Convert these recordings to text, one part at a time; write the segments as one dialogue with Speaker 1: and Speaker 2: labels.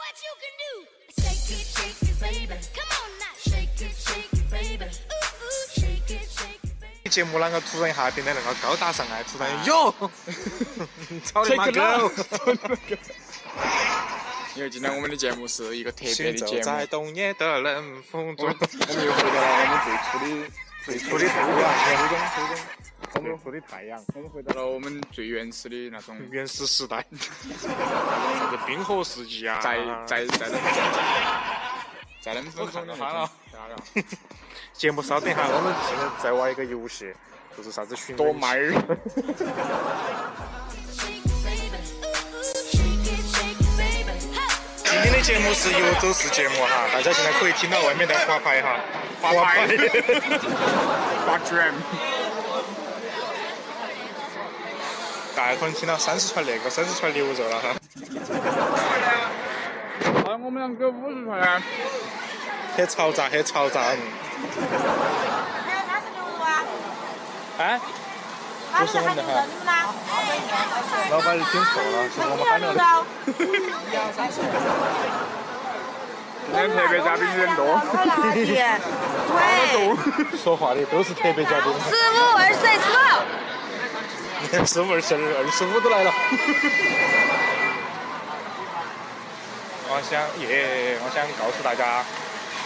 Speaker 1: what you can do. Shake it, shake it, baby. Come on now. Shake it, shake it, baby. Ooh, ooh, shake it, shake it, baby.
Speaker 2: 节目啷个突然一下变得恁个高大上来？突然哟，操你妈
Speaker 3: Take a
Speaker 2: 狗！
Speaker 3: 因为今天我们的节目是一个特别
Speaker 2: 行
Speaker 3: 的
Speaker 2: 走
Speaker 3: 节目，
Speaker 2: 在冬夜的冷风中
Speaker 3: 我们。我们又回到了我们最初的、最初的太阳，
Speaker 4: 我们说的太阳，我们回到
Speaker 3: 到了我们最原始的那种，
Speaker 2: 原始时代，啥子冰河世纪啊，
Speaker 3: 在在在在在那么分钟就喊了，
Speaker 2: 节目稍等一下，我们
Speaker 4: 现在在玩一个游戏，就是啥子寻
Speaker 3: 多麦儿，
Speaker 1: Shake it, baby. Ooh, ooh, shake it, shake it, baby. Ha.
Speaker 2: 今天的节目是游走式节目哈，大家现在可以听到外面在滑牌哈，滑 牌，
Speaker 3: 发 dream，
Speaker 2: 大家可能听到三十串那个，三十串牛肉了哈，
Speaker 3: 啊，我们两个五十块啊，
Speaker 2: 很嘈杂，很嘈杂。嗯
Speaker 5: 还有哪是牛肉啊？
Speaker 2: 哎，
Speaker 5: 哪是喊牛肉？你们呢？
Speaker 4: 老板听错了，是我
Speaker 5: 你哎要
Speaker 4: 们喊
Speaker 5: 牛
Speaker 4: 了
Speaker 5: 肉
Speaker 4: 的。？
Speaker 3: 今 天特别嘉宾人多，
Speaker 5: 喂，
Speaker 4: 说话的都是特别嘉宾，
Speaker 5: 十五、二十、十六。
Speaker 2: 十五、二十二、二十五都来了。 我想耶，我想告诉大家，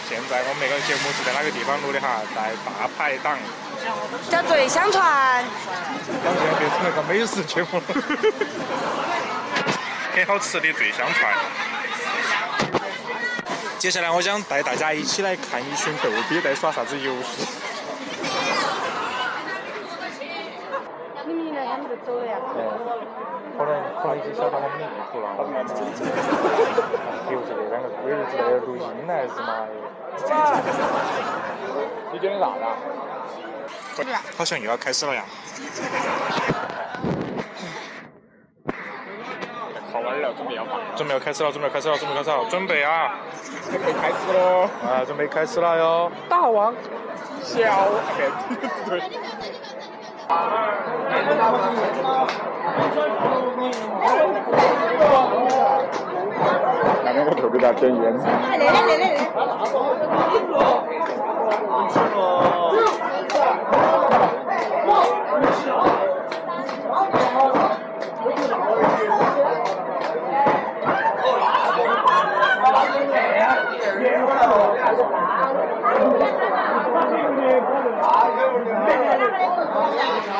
Speaker 2: 现在我们那个节目是在哪个地方录的哈？在大排档，
Speaker 5: 叫醉香船，
Speaker 2: 然后现在变成了个美食节 目了。很好吃的醉香串。接下来我想带大家一起来看一群逗比在耍啥子游戏。
Speaker 5: 你们一来他们就走了呀。
Speaker 2: 哎可能可能已经晓得我们的意图了，我们留着那两个龟儿子在那儿录音呢，还是嘛？
Speaker 3: 你觉得咋了？
Speaker 2: 好像又要开始了呀！
Speaker 3: 好玩了，准备要放，
Speaker 2: 准备要开始了，准备要开始了，准备要开始了，准备啊！
Speaker 3: 准备开始喽，
Speaker 2: 啊，准备开始了哟！
Speaker 3: 大王，小，哎，不对。那边我头给他点烟。
Speaker 5: 来来来来来，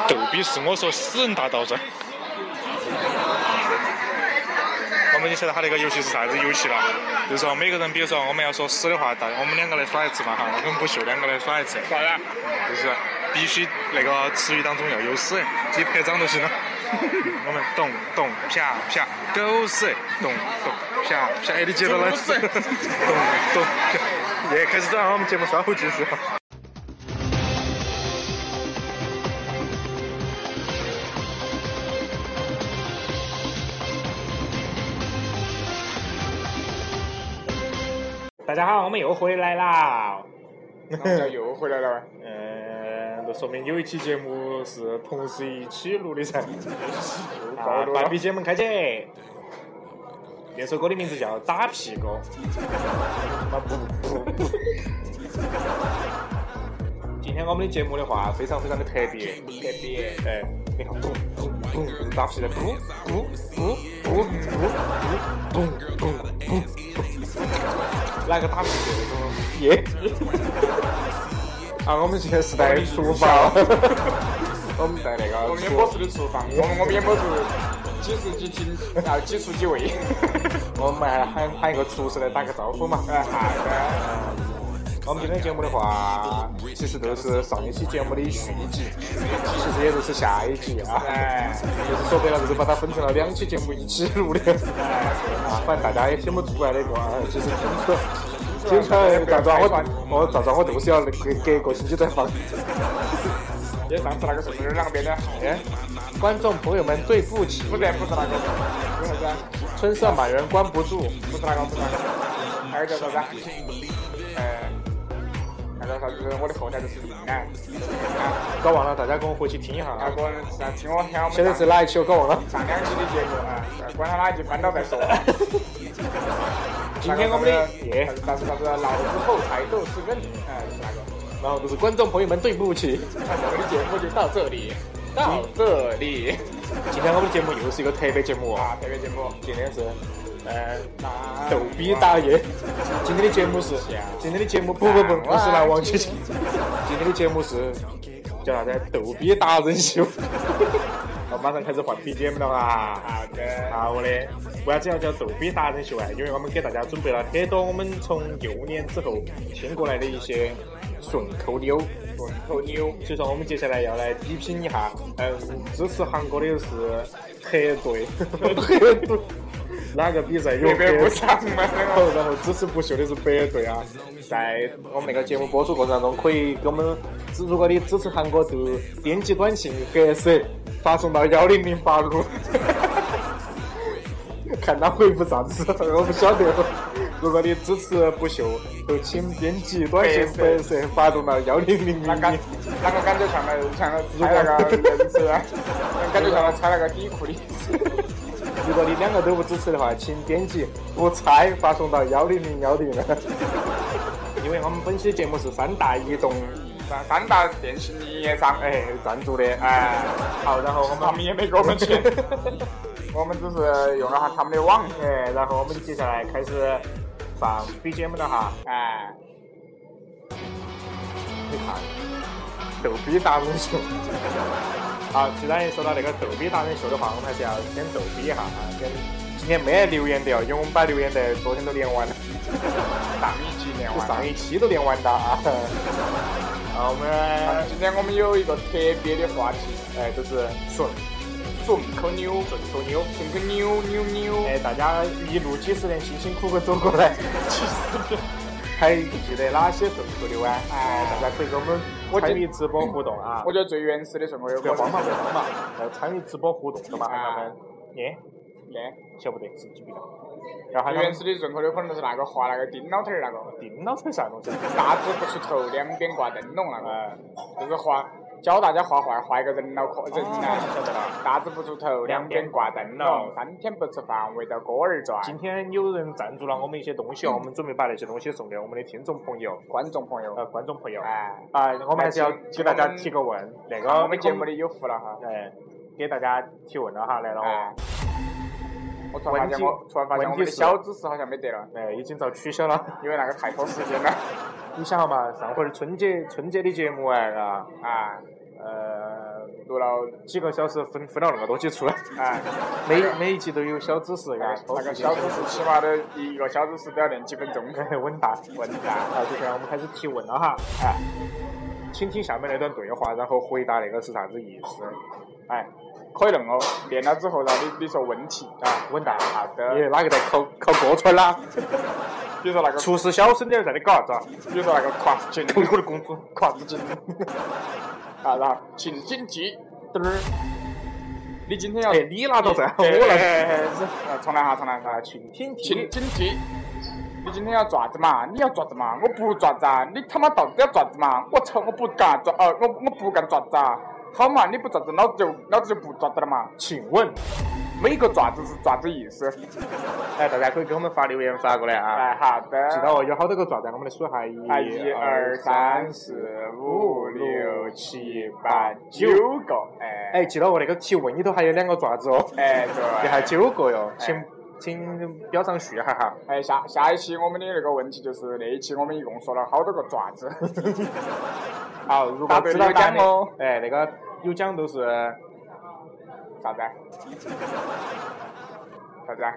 Speaker 2: 逗比是我说死人大道战。我们已经晓得他那个游戏是啥子游戏了，就是说每个人，比如说我们要说死的话，大我们两个来耍一次嘛哈，我跟不秀两个来耍一次，嗯
Speaker 3: 咋了？
Speaker 2: 就是必须那个词语当中要有死，你拍掌就行了。 我们咚咚啪啪，狗屎咚咚啪啪，哎，你接着来，
Speaker 3: 狗屎
Speaker 2: 咚咚啪，耶，开始了，我们节目稍后继续哈。
Speaker 4: 大家好，我们又回来啦。
Speaker 3: 那又回来了。
Speaker 2: 嗯，就说明有一期节目是同时一起录的噻。
Speaker 3: 暴
Speaker 2: 啊，
Speaker 3: 露了
Speaker 2: 把 BGM 开起。那首歌的名字叫《打屁股》。今天我们的节目的话，非常非常的特别，特别。哎，你看，咚咚咚，打屁的咚咚咚咚咚咚咚咚，哪个打屁的那种耶？啊，我们现在是在厨房，我们在那个
Speaker 3: 我们演播室的厨房，我们我们演播室几室几厅，然后几厨几卫。
Speaker 2: 我们还喊喊一个厨师来打个招呼嘛。
Speaker 3: 哎，好的。
Speaker 2: 我们今天节目的话，其实都是上一期节目的续集，其实也就是下一集啊。
Speaker 3: 哎，
Speaker 2: 就是说白了，就是把它分成了两期节目一起录的。啊，反正大家也听不出来那个啊，其实听出来。听出来，咋子啊我我咋子啊我就是要隔隔一个星期再放。
Speaker 3: 也上次那个顺儿那边的，
Speaker 2: 哎，观众朋友们对不起，
Speaker 3: 不是不是那个，有啥子？
Speaker 2: 春色满园关不住。
Speaker 3: 不是那个，不是那个，还有叫啥子？哎，那个啥子？我的后台就是命哎，
Speaker 2: 搞忘了，大家跟我回去听一下
Speaker 3: 那
Speaker 2: 啊。
Speaker 3: 个是听我喊我
Speaker 2: 现在
Speaker 3: 们
Speaker 2: 是哪一期？我搞忘了。
Speaker 3: 上两期的节目啊，管他哪一集翻到再说。
Speaker 2: 今天我们的
Speaker 3: 啥
Speaker 2: 耶
Speaker 3: 子，啥子啥子老子后台都是跟，哎，就是那个。
Speaker 2: 然后就是观众朋友们，对不 起，
Speaker 3: 那我们的节目就到这里，到这里
Speaker 2: 今天我们的节目又是一个特别节目啊，
Speaker 3: 啊，特别节目，
Speaker 2: 今天是呃
Speaker 3: 那
Speaker 2: 逗比打野，今天的节目是今天的节目不不不不是来王姐姐，今天的节目是叫啥子逗比达人 秀，好，马上开始换 BGM 了啊。
Speaker 3: 好的，
Speaker 2: 好的，为啥子要叫逗比达人秀啊？因为我们给大家准备了很多我们从幼年之后听过来的一些顺口溜。
Speaker 3: 我是臭妞，
Speaker 2: 所以说，我们接下来要来比拼一下，嗯，支持韩国的是黑 队，黑队 哪个比赛有
Speaker 3: 那边
Speaker 2: 黑
Speaker 3: 不上门啊
Speaker 2: 然
Speaker 3: 了，
Speaker 2: 后，然后支持不朽的是白队啊，在我们那个节目播出过程当中，可以给我们支如果你支持韩国就编辑短信格式发送到幺零零八五， 看他回复啥子，我不晓得。如果你支持不朽，就请编辑短信格式发送到幺零零
Speaker 3: 那
Speaker 2: 零
Speaker 3: 感
Speaker 2: 一。
Speaker 3: 那个感觉像那像那猜那个人是吧？感觉像那猜那个底裤的，
Speaker 2: 如果你两个都不支持的话，请点击不猜发送到幺零零幺零。 因为我们本期节目是三大移动
Speaker 3: 三三大电信营业商，哎，
Speaker 2: 哎赞助的，哎，
Speaker 3: 哎，
Speaker 2: 好，然后我
Speaker 3: 他
Speaker 2: 们
Speaker 3: 们也没给我 们钱，我们只是用了下他们的网，
Speaker 2: 哎，然后我们接下来开始放 BGM 了哈，
Speaker 3: 哎，
Speaker 2: 你看，逗比达人秀。好，既然说到那个逗比达人秀的话，我们还是要先逗比一下啊，跟今天没得留言的哦，因为我们把留言的昨天都连完了。
Speaker 3: 上一集连
Speaker 2: 就
Speaker 3: 完了
Speaker 2: 上一期都连完了啊。啊，我
Speaker 3: 啊
Speaker 2: 们
Speaker 3: 今天我们有一个特别的话题，
Speaker 2: 哎，就是顺
Speaker 3: 顺口溜，顺
Speaker 2: 口溜。
Speaker 3: 顺口溜溜溜。
Speaker 2: 哎，大家一路几十年辛辛苦苦走过来， 几十年，还记得哪些顺口溜啊？哎，大家可以跟我们
Speaker 3: 我
Speaker 2: 参与直播互动啊
Speaker 3: 我！觉得最原始的顺口溜，
Speaker 2: 不要慌嘛，不要慌嘛，要参与直播互动的嘛，喊
Speaker 3: 啊
Speaker 2: 他们耶，
Speaker 3: 对，
Speaker 2: 晓不得自己不要，要喊
Speaker 3: 最
Speaker 2: 他
Speaker 3: 原
Speaker 2: 们
Speaker 3: 始的顺口溜可能是那个画那个丁老头儿那个，
Speaker 2: 定老师啥东西？
Speaker 3: 大字不出头，两边挂灯笼那个，
Speaker 2: 哎，
Speaker 3: 就是画教大家画画，画一个人脑壳人
Speaker 2: 晓得
Speaker 3: 呐。
Speaker 2: 了
Speaker 3: 大字不出头，两边挂灯笼，三天不吃饭，围着锅儿转。
Speaker 2: 今天有人赞助了我们一些东西哦，我们准备把那些东西送给我们的听众朋友、
Speaker 3: 观众朋友
Speaker 2: 呃，观众朋友。
Speaker 3: 哎，
Speaker 2: 啊，我们还是要给大家提个问，那个
Speaker 3: 我们节目里有福了哈。
Speaker 2: 哎，给大家提问了哈，来了
Speaker 3: 哎
Speaker 2: 哦，，
Speaker 3: 我突然发现我突然发现我们的小知识好像没得了，
Speaker 2: 哎，已经遭取消了。
Speaker 3: 因为那个太拖时间了。
Speaker 2: 你想嘛，上回儿春节春节的节目哎啊，
Speaker 3: 啊，
Speaker 2: 呃，
Speaker 3: 录了
Speaker 2: 几个小时分分了那么多集出来，
Speaker 3: 哎。
Speaker 2: 每每一集都有小知识，有点超
Speaker 3: 那个
Speaker 2: 时
Speaker 3: 小
Speaker 2: 间。
Speaker 3: 知识起码都一个小知识都要练几分钟。
Speaker 2: 哎稳当。
Speaker 3: 问答，
Speaker 2: 好，接下来啊我们开始提问了哈，哎，请听下面那段对话，然后回答那个是啥子意思。
Speaker 3: 哎，可以恁哦，练了之后，然后你你说问题啊，
Speaker 2: 稳当。
Speaker 3: 好
Speaker 2: 耶，
Speaker 3: 的。
Speaker 2: 呃哪个在烤烤锅串啦？
Speaker 3: 比如说那个，
Speaker 2: 厨师小声点儿，在那搞啥子啊？
Speaker 3: 比如说那个跨进
Speaker 2: 我的工资
Speaker 3: 跨子 进啊，然后请进题，
Speaker 2: 嘚儿。
Speaker 3: 你今天要
Speaker 2: 哎，你拿到这，
Speaker 3: 对
Speaker 2: 我来。
Speaker 3: 哎哎哎是啊重来哈，重来哈，
Speaker 2: 请听
Speaker 3: 请进题。你今天要爪子嘛？你要爪子嘛？我不爪子啊！你他妈到底要爪子嘛？我操！我不干爪，呃，我我不干爪子啊！好嘛，你不爪子，老子就老子就不爪子了嘛！
Speaker 2: 请问，
Speaker 3: 每个爪子是爪子意思。
Speaker 2: 哎，大家可以给我们发留言发过来啊。
Speaker 3: 哎，好的。
Speaker 2: 知道哦，有好多个爪子，我们来数下，一、
Speaker 3: 啊，一二三四五六七八九个，哎
Speaker 2: 哎，记到我那个提问里头还有两个爪子哦，
Speaker 3: 哎
Speaker 2: 你还
Speaker 3: 对，
Speaker 2: 九个哟，请请标上序哈哈。
Speaker 3: 哎下下一期我们的那个问题就是那一期我们一共说了好多个爪 子，
Speaker 2: 好，如
Speaker 3: 答
Speaker 2: 果
Speaker 3: 对
Speaker 2: 知道
Speaker 3: 有
Speaker 2: 答
Speaker 3: 奖
Speaker 2: 案
Speaker 3: 哦
Speaker 2: 的，哎，那个有奖都是
Speaker 3: 啥子？啊啥子？啊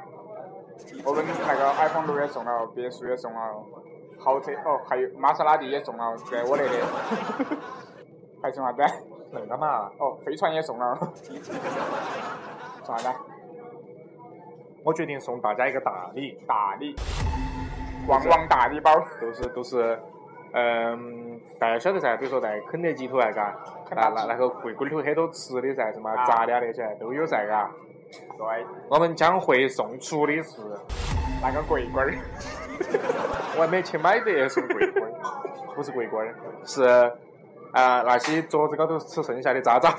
Speaker 3: 我们那个 iPhone 六也送了，别墅也送了，豪车哦，还有玛莎拉蒂也送了，在我那里，还送啥子？啊
Speaker 2: 那个嘛。
Speaker 3: 哦，飞船也送了，送啥子？啊
Speaker 2: 我决定送大家一个大礼，
Speaker 3: 大礼，旺旺大礼包。
Speaker 2: 都是都是，嗯，大家晓得噻，比如说在肯德基头啊，嘎，
Speaker 3: 肯德
Speaker 2: 那
Speaker 3: 基
Speaker 2: 那那个柜柜里头很多吃的噻，什么
Speaker 3: 啊
Speaker 2: 炸的啊那些都有噻，嘎。
Speaker 3: 对，
Speaker 2: 我们将会送出的是，
Speaker 3: 那个桂冠儿，
Speaker 2: 我还没去买得是桂冠儿，不是桂冠儿，是啊、那些桌子高头吃剩下的渣 渣，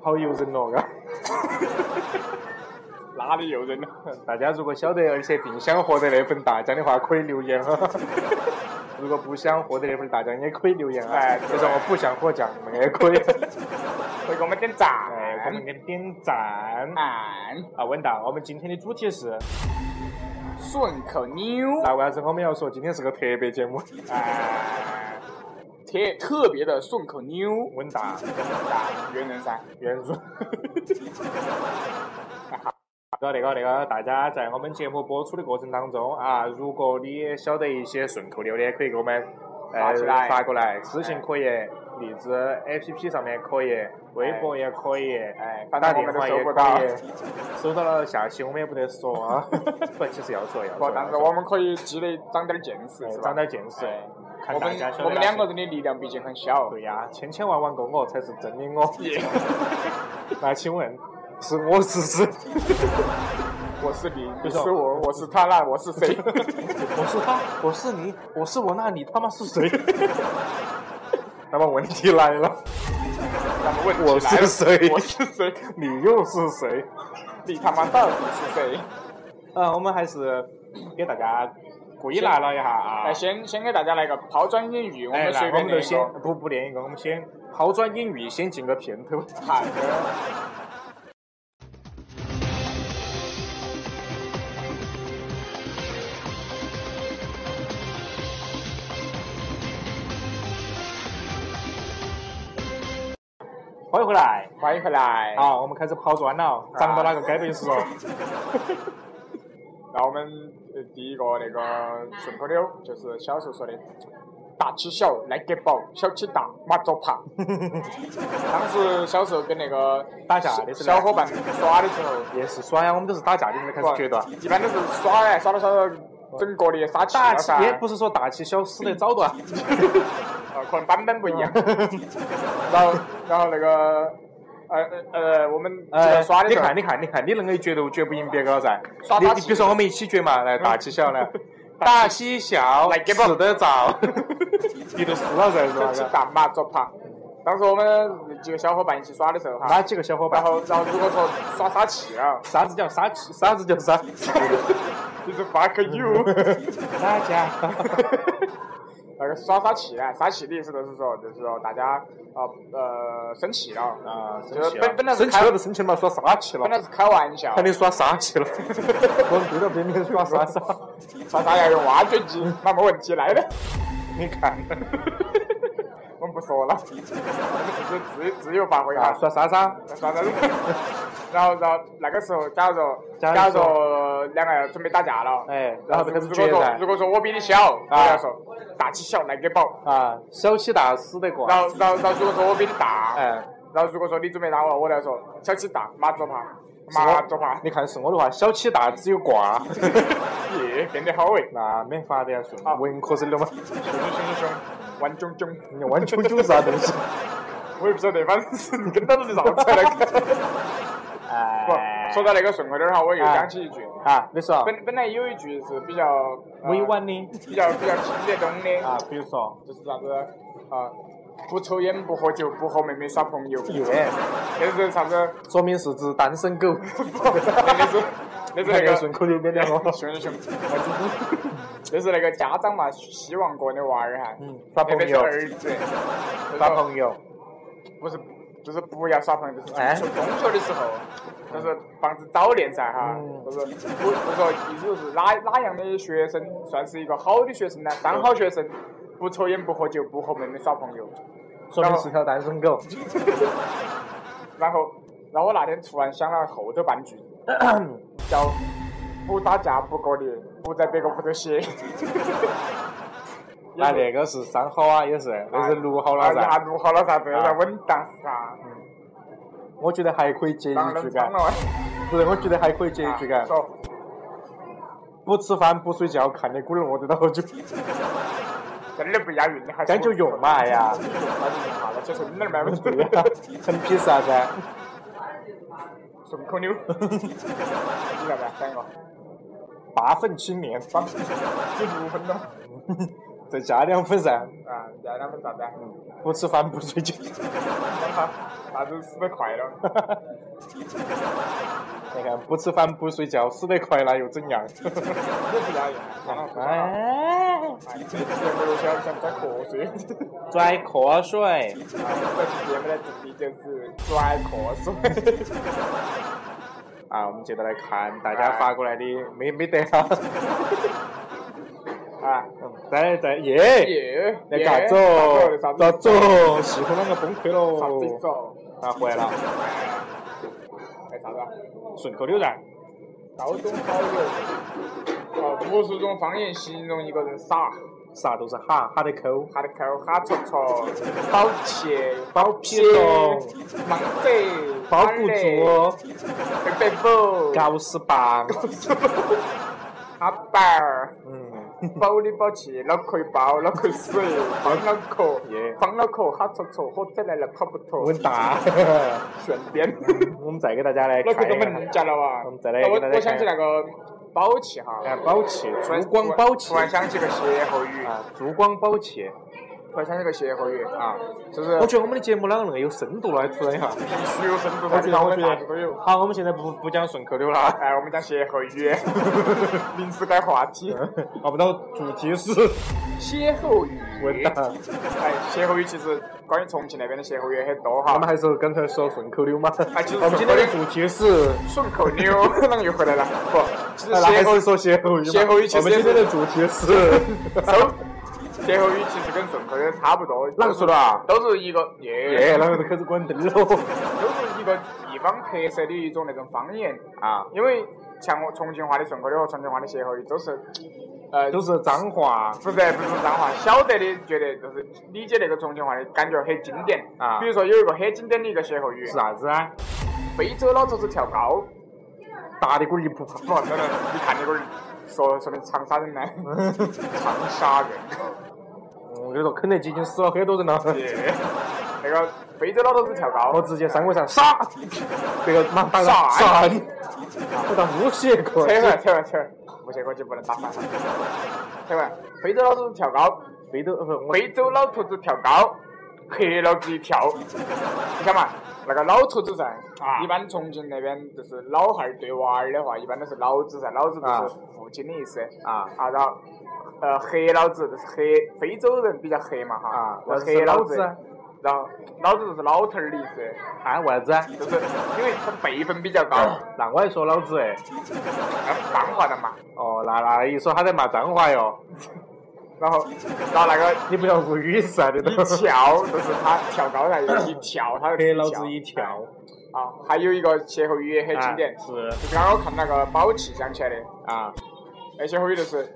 Speaker 2: 好诱人哦，嘎。
Speaker 3: 那哪里有人呢？
Speaker 2: 啊大家如果晓得，而且并想获得那份大奖的话，可以留言哈。 如果不想获得那份大奖，也可以留言啊。
Speaker 3: 哎
Speaker 2: 就说我不想获奖，你们也可以。
Speaker 3: 会给我们点赞。
Speaker 2: 哎，给我们给点赞。
Speaker 3: 按
Speaker 2: 啊，稳当，我们今天的主题是，
Speaker 3: 顺口溜，
Speaker 2: 那为啥子我们要说今天是个特别节目？
Speaker 3: 哎，特特别的顺口溜，
Speaker 2: 稳当，
Speaker 3: 啊，圆人噻。
Speaker 2: 袁 如。那那个那个，大家在我们节目播出的过程当中啊，如果你也晓得一些顺口溜的，可以给我们呃
Speaker 3: 发起来哎
Speaker 2: 发过来，私信可以，荔枝 APP 上面可以，微博也可以，
Speaker 3: 哎，
Speaker 2: 打
Speaker 3: 反正我
Speaker 2: 电
Speaker 3: 们都
Speaker 2: 话
Speaker 3: 收
Speaker 2: 也
Speaker 3: 不
Speaker 2: 可
Speaker 3: 到。
Speaker 2: 以。收到了，下期我们也不得说啊， 不，其实要说要
Speaker 3: 不
Speaker 2: 说，，
Speaker 3: 但是
Speaker 2: 要说
Speaker 3: 我们可以积累长点见识，
Speaker 2: 哎
Speaker 3: 是吧
Speaker 2: 长？点见识
Speaker 3: 哎，
Speaker 2: 看
Speaker 3: 我
Speaker 2: 大
Speaker 3: 们
Speaker 2: 家晓得
Speaker 3: 我们
Speaker 2: 哪些
Speaker 3: 两个人的力量毕竟很小。
Speaker 2: 对呀、啊千千万万个我才是真的 我。 那请问，是我是指？
Speaker 3: 我是你，
Speaker 2: 就
Speaker 3: 你
Speaker 2: 是是
Speaker 3: 我，我是他，那我是谁？
Speaker 2: 我是他，我是你，我是我，那你他妈是谁？ 那么问题来了，
Speaker 3: 那么问题来了
Speaker 2: 我是谁
Speaker 3: 我是谁？
Speaker 2: 你又是谁？
Speaker 3: 你他妈到底是谁？
Speaker 2: 呃，我们还是给大家归纳了一下啊。
Speaker 3: 来，哎先先给大家来个抛砖引玉，我
Speaker 2: 哎，
Speaker 3: 们
Speaker 2: 那
Speaker 3: 随
Speaker 2: 我
Speaker 3: 便
Speaker 2: 们就
Speaker 3: 念一
Speaker 2: 先
Speaker 3: 个。
Speaker 2: 不不练一个，我们先抛砖引玉，先进个片头。
Speaker 3: 好的，
Speaker 2: 欢迎回来。
Speaker 3: 欢迎回来。
Speaker 2: 啊好，我们开始抛砖了，长到哪个该背是哦。
Speaker 3: 那我们呃第一个那个顺口溜就是小时候说的。大吃小来给饱，小吃大马走爬。当时小时候跟那个
Speaker 2: 打架的时候
Speaker 3: 小伙伴耍的时候，
Speaker 2: 也是耍呀，我们都是打架的时候开始决断。
Speaker 3: 一般都是耍哎，耍到耍到整个的啊杀气
Speaker 2: 大
Speaker 3: 了
Speaker 2: 气
Speaker 3: 噻，
Speaker 2: 也不是说大气小， 死得早的啊。
Speaker 3: 呃可能版本不 一样。然后然后那个呃呃呃，我们基
Speaker 2: 呃
Speaker 3: 本耍，的
Speaker 2: 你
Speaker 3: 时候，
Speaker 2: 看，你看，你看，你恁个一决都决不赢别个了噻。
Speaker 3: 耍
Speaker 2: 你
Speaker 3: 大
Speaker 2: 你
Speaker 3: 旗嗯
Speaker 2: 比如说我们一起决嘛，来大起小 来，大起小，
Speaker 3: 来给吧
Speaker 2: 吃得着， 你都输了噻，是
Speaker 3: 就
Speaker 2: 吧
Speaker 3: 去？大马走爬。当时我们几个小伙伴一起耍的时候
Speaker 2: 哪
Speaker 3: 哈，
Speaker 2: 几个小伙
Speaker 3: 然
Speaker 2: 伴？
Speaker 3: 后然后如果说耍杀气了，
Speaker 2: 啥子叫啥气？啥子叫啥？
Speaker 3: 啊 就是 fuck you，
Speaker 2: 哪 家？
Speaker 3: 那个耍杀气呢，杀气的意思就是说就是说大家呃呃生气了，
Speaker 2: 啊，
Speaker 3: 就
Speaker 2: 生气
Speaker 3: 是本本来
Speaker 2: 了，
Speaker 3: 是
Speaker 2: 生气
Speaker 3: 开
Speaker 2: 了就生气嘛，耍杀气了
Speaker 3: 本，来是开玩笑
Speaker 2: 看，你耍杀气 了，我们对到边边耍杀杀，
Speaker 3: 耍啥要用挖掘机，那么问题来 了。
Speaker 2: 你看。
Speaker 3: 我们不说了，我们自己自自由发挥
Speaker 2: 啊
Speaker 3: 哈，，
Speaker 2: 耍啥啥？
Speaker 3: 算了。然后，然后那个时候，假如说，
Speaker 2: 假如
Speaker 3: 假如说两个人准备打架了，
Speaker 2: 哎，然后就开始
Speaker 3: 如果
Speaker 2: 决
Speaker 3: 说
Speaker 2: 赛
Speaker 3: 如果说我比你小，我
Speaker 2: 啊
Speaker 3: 要说大欺小来给饱。
Speaker 2: 啊，小欺大，死得过。
Speaker 3: 然后，然后，然后如果说我比你大，
Speaker 2: 哎，
Speaker 3: 然后如果说你准备打我，我要说小欺大，马左爬，马左爬，
Speaker 2: 你看是我的话，小欺大只有挂，
Speaker 3: 耶，变得好哎，
Speaker 2: 那没法的呀，顺
Speaker 3: 好
Speaker 2: 文科生的嘛，
Speaker 3: 凶凶凶，玩炯炯，
Speaker 2: 你弯九九是啥东 西？
Speaker 3: 我也不晓得，反正是你跟到就绕出来了。 不，说到那个顺口溜儿哈，我又想起一句。
Speaker 2: 啊，你说
Speaker 3: 本本来有一句是比较呃
Speaker 2: 委婉的
Speaker 3: 比较比较听得懂的
Speaker 2: 啊，比如说，
Speaker 3: 就是啥子啊，不抽烟不喝酒不和妹妹耍朋友，
Speaker 2: 耶，
Speaker 3: 那是啥子？
Speaker 2: 说明是只单身狗。
Speaker 3: 那是那是那个
Speaker 2: 顺口溜 没得哦。
Speaker 3: 熊熊， 那是那个家长嘛，希望国的娃儿哈，
Speaker 2: 嗯，耍
Speaker 3: 特
Speaker 2: 朋
Speaker 3: 别是
Speaker 2: 友，
Speaker 3: 儿子，
Speaker 2: 耍朋友，
Speaker 3: 不是就是不要耍朋友，就是
Speaker 2: 哎
Speaker 3: 中学的时候。啊就是防止早恋噻哈，
Speaker 2: 嗯
Speaker 3: 就是我就说意思就是哪哪样的学生算是一个好的学生呢？三好学生，不抽烟不喝酒不和妹妹耍朋友。
Speaker 2: 说明是条单身狗。
Speaker 3: 然后，然后我那天突然想了后头半句，叫不打架不过年，不在别个屋头歇。
Speaker 2: 那那个是三好啊，也是，那是六好了
Speaker 3: 那
Speaker 2: 噻。
Speaker 3: 哎录好了噻，对
Speaker 2: 啊
Speaker 3: 了，稳当噻，
Speaker 2: 我觉得还可以接一
Speaker 3: 当
Speaker 2: 句
Speaker 3: 然
Speaker 2: 干
Speaker 3: 当，了。啊
Speaker 2: 不是，我觉得还可以接一句干。
Speaker 3: 说
Speaker 2: 不吃饭不睡觉，看你孤儿饿得到多久，
Speaker 3: 真的不押韵，你还
Speaker 2: 这样就用嘛，哎呀，
Speaker 3: 好了，就是你那儿买不出
Speaker 2: 对呀，很鄙视啥子？
Speaker 3: 顺口溜， 你来不来讲一个？
Speaker 2: 八分青年，
Speaker 3: 八分，就六分钟。
Speaker 2: 再加两分噻。
Speaker 3: 啊，然后他们啥子啊？
Speaker 2: 不吃饭不睡觉，
Speaker 3: 啥子死得快了？
Speaker 2: 你看，不吃饭不睡觉，死得快乐又怎样？ 哎，
Speaker 4: 哎，
Speaker 3: 哎，这次我都想想在瞌睡。
Speaker 4: 拽瞌睡，
Speaker 3: 这期节目的主题就是拽瞌睡。
Speaker 2: 啊，我们接着来看大家发过来的，没没得啊，
Speaker 3: 啊，
Speaker 2: 在在耶，
Speaker 3: 耶！
Speaker 2: 来干走
Speaker 3: 耶，啥
Speaker 2: 咋
Speaker 3: 子？
Speaker 2: 走？系统啷个崩溃
Speaker 3: 啥子
Speaker 2: 喽？
Speaker 3: 走？
Speaker 2: 啊，回来了，
Speaker 3: 哎，啥子？
Speaker 2: 顺口溜然，
Speaker 3: 高中好友。哦，无数种方言形容一个人傻，
Speaker 2: 啥都是哈哈的抠，
Speaker 3: 哈的口，哈戳戳，包切，
Speaker 2: 包皮龙，
Speaker 3: 忙贼，
Speaker 2: 包不住，
Speaker 3: 背背包，
Speaker 2: 搞死哦棒，
Speaker 3: 哈板儿。
Speaker 2: 嗯，
Speaker 3: 包里包气，脑壳一包，脑壳水，方脑壳
Speaker 2: 耶，
Speaker 3: 方脑壳哈戳戳，火车来了跑不脱，
Speaker 2: 稳当。
Speaker 3: 炫颠。
Speaker 2: 我们再给大家来
Speaker 3: 脑壳
Speaker 2: 看
Speaker 3: 都
Speaker 2: 一
Speaker 3: 没人
Speaker 2: 下，
Speaker 3: 家了哇！
Speaker 2: 我们再来
Speaker 3: 哎我
Speaker 2: 给大家
Speaker 3: 我想起那个宝气哈，
Speaker 2: 哎，宝气，
Speaker 3: 突然
Speaker 2: 珠光宝气
Speaker 3: 突然想起个歇后语，
Speaker 2: 啊，珠光宝气
Speaker 3: 突然想起个歇后语啊，
Speaker 2: 啊。
Speaker 3: 就是
Speaker 2: 我觉得我们的节目啷个那个有深度了？突然一下，
Speaker 3: 必须有深度，
Speaker 2: 我觉得，我
Speaker 3: 我
Speaker 2: 觉
Speaker 3: 啥子都有
Speaker 2: 得。。好，我们现在不不讲顺口溜了，
Speaker 3: 哎，我们讲歇后语，临时改话题。
Speaker 2: 我们到主题 是
Speaker 3: 歇后语，
Speaker 2: 文档。
Speaker 3: 哎，歇后语其实关于重庆那边的歇后语也很多
Speaker 2: 我
Speaker 3: 哈
Speaker 2: 们。还是刚才说顺口溜嘛。
Speaker 3: 哎其实
Speaker 2: 我们今天的主题是，
Speaker 3: 顺口 溜，啷个又回来了？不，其实
Speaker 2: 那
Speaker 3: 歇
Speaker 2: 还
Speaker 3: 后
Speaker 2: 是说歇后语嘛。
Speaker 3: 歇后语其实
Speaker 2: 我们今天的主题 是，
Speaker 3: 收，歇后语其实跟顺口溜差不多。
Speaker 2: 啷个说的 啊？
Speaker 3: 都是一个耶
Speaker 2: 耶，那个都开始关灯了。
Speaker 3: 都是一个地方特色的一种那种方言，
Speaker 2: 啊，
Speaker 3: 因为像我重庆话的顺口溜和重庆话的歇后语都是，呃，
Speaker 2: 都是脏话。
Speaker 3: 不是不是脏话，晓得的觉得就是理解那个重庆话的感觉很经典
Speaker 2: 啊
Speaker 3: 比如说有一个很经典的一个歇后语，
Speaker 2: 是啥子啊？
Speaker 3: 非洲老头子跳高，
Speaker 2: 大的龟儿一不怕。
Speaker 3: 不，等等，你看那个人说说明长沙 人呢，长沙人，
Speaker 2: 嗯我跟你说，肯德基已经死了很多人 了。
Speaker 3: 耶，那个非洲老头子跳高，
Speaker 2: 我直接三国上杀， 别个马上打
Speaker 3: 杀
Speaker 2: 杀你，我到无懈可
Speaker 3: 扯完
Speaker 2: 击。
Speaker 3: 扯完扯完，无懈可击不能打散了。扯完，非洲老头子跳高，
Speaker 2: 非洲呃不，我
Speaker 3: 非洲老头子跳高，黑老子一跳。你看嘛，那个老头子噻，
Speaker 2: 啊
Speaker 3: 一般重庆那边就是老汉儿对娃儿的话，一般都是老子噻，老子就
Speaker 2: 啊
Speaker 3: 是父亲的意思。
Speaker 2: 啊
Speaker 3: 啊，然后呃，黑老子就是黑非洲人比较黑嘛哈，
Speaker 2: 啊
Speaker 3: 然后
Speaker 2: 那
Speaker 3: 黑
Speaker 2: 是老
Speaker 3: 呃老
Speaker 2: 子
Speaker 3: 子，然后老子就是老头儿的意思，
Speaker 2: 喊为啥子啊？
Speaker 3: 就是因为他辈分比较 高，
Speaker 2: 那我还说老子哎，
Speaker 3: 脏话的嘛。
Speaker 2: 哦，那那一说他在骂脏话哟，
Speaker 3: 然后，然后那个
Speaker 2: 你不要无语噻，你都
Speaker 3: 一。跳，就是他跳高了一跳，他
Speaker 2: 给老子一跳
Speaker 3: 啊！还有一个歇后语也很经典，
Speaker 2: 是
Speaker 3: 就是刚刚我看那个宝气想起来的，
Speaker 2: 啊，
Speaker 3: 那歇后语就是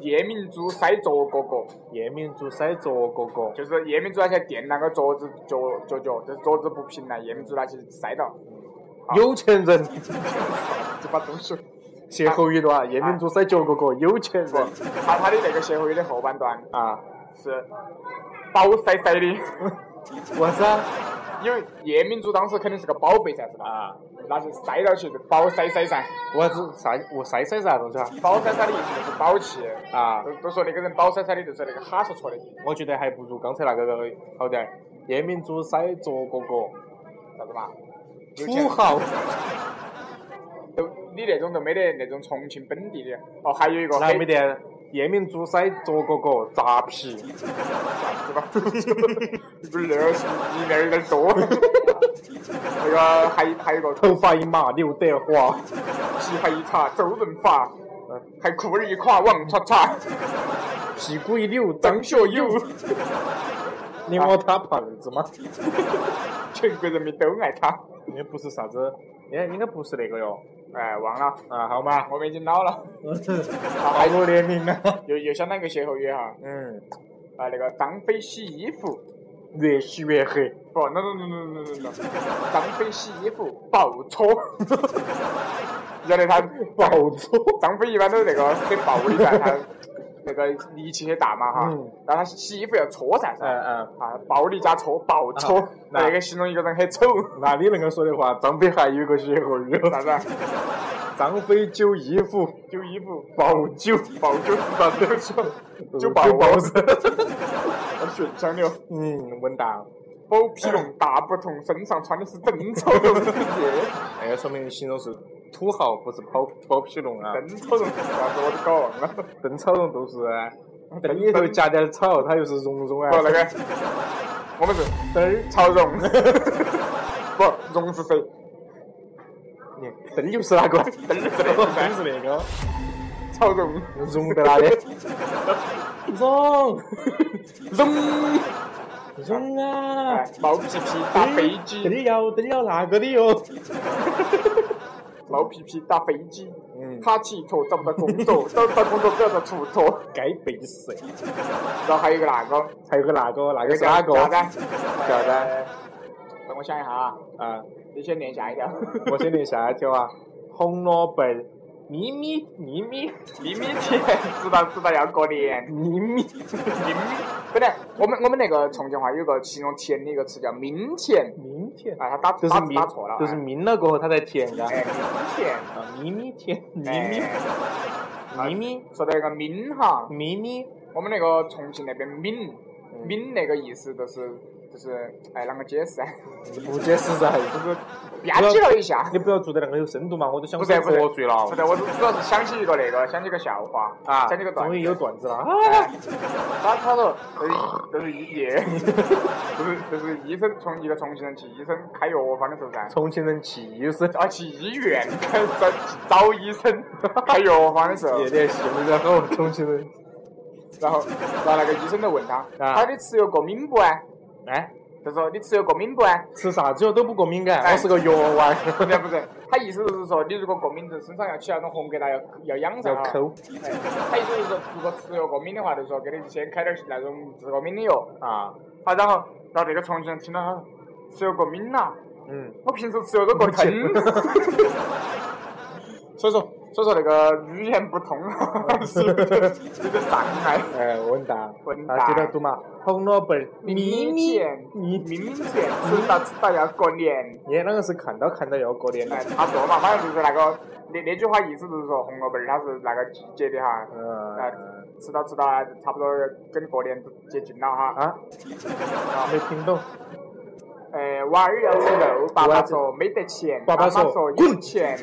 Speaker 3: 夜明珠塞脚哥哥，
Speaker 2: 夜明珠塞着哥哥，
Speaker 3: 就是夜明珠拿起来垫那个桌子脚脚脚，就是桌子不平了，夜明珠拿起塞到，
Speaker 2: 有钱人
Speaker 3: 就把东西。
Speaker 2: 歇后语的话，夜明珠塞脚哥哥，有钱
Speaker 3: 不
Speaker 2: 人，
Speaker 3: 他他的那个歇后语的后半段
Speaker 2: 啊，
Speaker 3: 是宝塞塞的，
Speaker 2: 为啥子啊？
Speaker 3: 因为夜明珠当时肯定是个宝贝噻，是吧？
Speaker 2: 啊，
Speaker 3: 拿去塞到去就宝塞塞噻。
Speaker 2: 为啥子啥？我塞塞啥东西啊？
Speaker 3: 包三三的意思就是宝气，
Speaker 2: 啊
Speaker 3: 都，都说那个人包三三的就是那个哈戳戳的，
Speaker 2: 我觉得还不如刚才那个好点儿。夜明珠塞着哥哥，
Speaker 3: 啥子嘛？有钱
Speaker 2: 土豪
Speaker 3: 都你那种都没得那种重庆本地的。哦，还有一个
Speaker 2: 那
Speaker 3: 黑
Speaker 2: 没得。夜明珠塞着哥哥，扎皮。
Speaker 3: 是吧？ 不是那个你那儿有点多。那个还还有一个
Speaker 2: 头发一麻刘德华，
Speaker 3: 皮还一茬周润发，还裤儿一垮王叉叉，
Speaker 2: 屁股一扭张
Speaker 3: 张
Speaker 2: 学
Speaker 3: 学友，
Speaker 2: 你摸他胖子吗？
Speaker 3: 全国人民都爱他。
Speaker 2: 应该不是啥子，应该应该不是那个哟。
Speaker 3: 哎，忘了，
Speaker 2: 啊，好嘛，
Speaker 3: 我们已经老了，
Speaker 2: 暴露年龄了。
Speaker 3: 又又想到一个歇后语哈，
Speaker 2: 嗯，
Speaker 3: 啊，那个张飞洗衣服。
Speaker 2: 越洗越黑。
Speaker 3: 不，no no no no no no no，张飞洗衣服爆搓，晓得他
Speaker 2: 暴走。
Speaker 3: 张飞一般都是那个很暴力噻，他那个力气很大嘛哈，
Speaker 2: 嗯
Speaker 3: 然后他洗衣服要搓噻，
Speaker 2: 嗯嗯，
Speaker 3: 啊，暴力加搓，暴搓
Speaker 2: 啊，那
Speaker 3: 那个形容一个人很丑，
Speaker 2: 那你恁个说的话，张飞还有一个歇后语哦，
Speaker 3: 啥子啊？
Speaker 2: 张飞揪衣服，
Speaker 3: 揪衣服，
Speaker 2: 暴揪，
Speaker 3: 暴揪是啥子？揪
Speaker 2: 揪
Speaker 3: 爆
Speaker 2: 包
Speaker 3: 包
Speaker 2: 子
Speaker 3: 子。。很顺畅的哦。
Speaker 2: 嗯，稳当。
Speaker 3: 包皮龙大不同，身上穿的是真丑绒皮 鞋，
Speaker 2: 那个哎说明形容是土豪，不是包包皮龙啊。
Speaker 3: 真丑绒皮是啥子？我都搞忘了。
Speaker 2: 邓草绒都是啊，邓里头夹点草，它又是绒绒啊。
Speaker 3: 不，那个，我们是
Speaker 2: 邓儿，
Speaker 3: 曹荣， 不，荣是谁？
Speaker 2: 你邓又是哪个？
Speaker 3: 邓是谁？
Speaker 2: 邓是那个
Speaker 3: 曹荣，
Speaker 2: 绒在哪里？ 绒
Speaker 3: 荣，
Speaker 2: 绒啊
Speaker 3: 哎！，毛皮皮打飞
Speaker 2: 邓
Speaker 3: 机，
Speaker 2: 里要邓里要那个的哟。
Speaker 3: 毛皮皮打飞机，
Speaker 2: 嗯
Speaker 3: 他气头找不到工作，找不到工作不要遭出错，
Speaker 2: 该背的是，
Speaker 3: 然后还有一个那个，
Speaker 2: 还有个那个，那个是哪
Speaker 3: 啥
Speaker 2: 个？
Speaker 3: 啥子？
Speaker 2: 啥子啊？
Speaker 3: 让我想一下啊，
Speaker 2: 啊，
Speaker 3: 你先念下一条。
Speaker 2: 我先念下一条啊，红萝卜，咪咪咪咪
Speaker 3: 咪咪甜，知道知道要过年。
Speaker 2: 咪咪，
Speaker 3: 明，本来我们我们那个重庆话有个形容甜的一个词叫明甜，
Speaker 2: 明天
Speaker 3: 哎，他打
Speaker 2: 就
Speaker 3: 打
Speaker 2: 是
Speaker 3: 字
Speaker 2: 明
Speaker 3: 打错了，，
Speaker 2: 就是明了过后它才甜的。
Speaker 3: 哎哎，哎明甜，
Speaker 2: 啊，咪咪甜，咪
Speaker 3: 哎
Speaker 2: 咪，咪咪，
Speaker 3: 说到那个抿哈，
Speaker 2: 咪咪，
Speaker 3: 我们那个重庆那边抿
Speaker 2: 嗯
Speaker 3: 抿那个意思就是就是哎啷个解释啊？
Speaker 2: 不解释
Speaker 3: 啊
Speaker 2: 噻，就是
Speaker 3: 吧唧了一下，
Speaker 2: 你不要做得那个有深度嘛，我都想
Speaker 3: 不
Speaker 2: 瞌
Speaker 3: 是不是
Speaker 2: 睡 了
Speaker 3: 不。对，我主要是想起一个那个想起一个笑话
Speaker 2: 啊，
Speaker 3: 想起个段
Speaker 2: 终于
Speaker 3: 子，
Speaker 2: 有段子了啊！
Speaker 3: 他他说就是就是一 夜，就是就是医生从一个重庆人去医生开药方的时候噻，
Speaker 2: 重庆人气死，
Speaker 3: 啊去医院开找找医生 开药方的时候
Speaker 2: 有。点幸福然后重庆人，
Speaker 3: 然后，然后那个医生就问他，
Speaker 2: 啊
Speaker 3: 他说你吃药过敏不啊？
Speaker 2: 哎，
Speaker 3: 就说你吃药过敏不啊？
Speaker 2: 吃啥子药都不过敏感，
Speaker 3: 哎
Speaker 2: 啊我是个药丸，
Speaker 3: 不是不是，他意思就是说，你如果过敏，就身上要起那种红疙瘩，要要养
Speaker 2: 要
Speaker 3: 上哈。
Speaker 2: 抠
Speaker 3: 哎他意思就是说，如果吃药过敏的话，就说给你先开点儿那种治过敏的药。
Speaker 2: 啊，
Speaker 3: 好，然后，然后那个重庆人听到他说吃药过敏啦，
Speaker 2: 嗯，
Speaker 3: 我平时吃药都过疼。 所以说，所以说那个语言不通啊，是有点有点障碍。
Speaker 2: 哎，问答，
Speaker 3: 问答
Speaker 2: 啊，接着读嘛，红萝卜，咪咪
Speaker 3: 甜，
Speaker 2: 咪咪，
Speaker 3: 明明甜，吃到吃到要过年。
Speaker 2: 你那个是看到看到要过年的
Speaker 3: 哎，，差不多嘛，反正就是那个那那句话意思就是说红萝卜儿它是那个季节的哈，哎
Speaker 2: 嗯，
Speaker 3: 吃到吃到啊差不多跟过年都接近了哈。
Speaker 2: 啊，没听懂，
Speaker 3: 哎，娃儿要吃肉，爸
Speaker 2: 娃
Speaker 3: 爸
Speaker 2: 儿
Speaker 3: 说没得钱，
Speaker 2: 爸爸
Speaker 3: 妈妈
Speaker 2: 说
Speaker 3: 说有钱，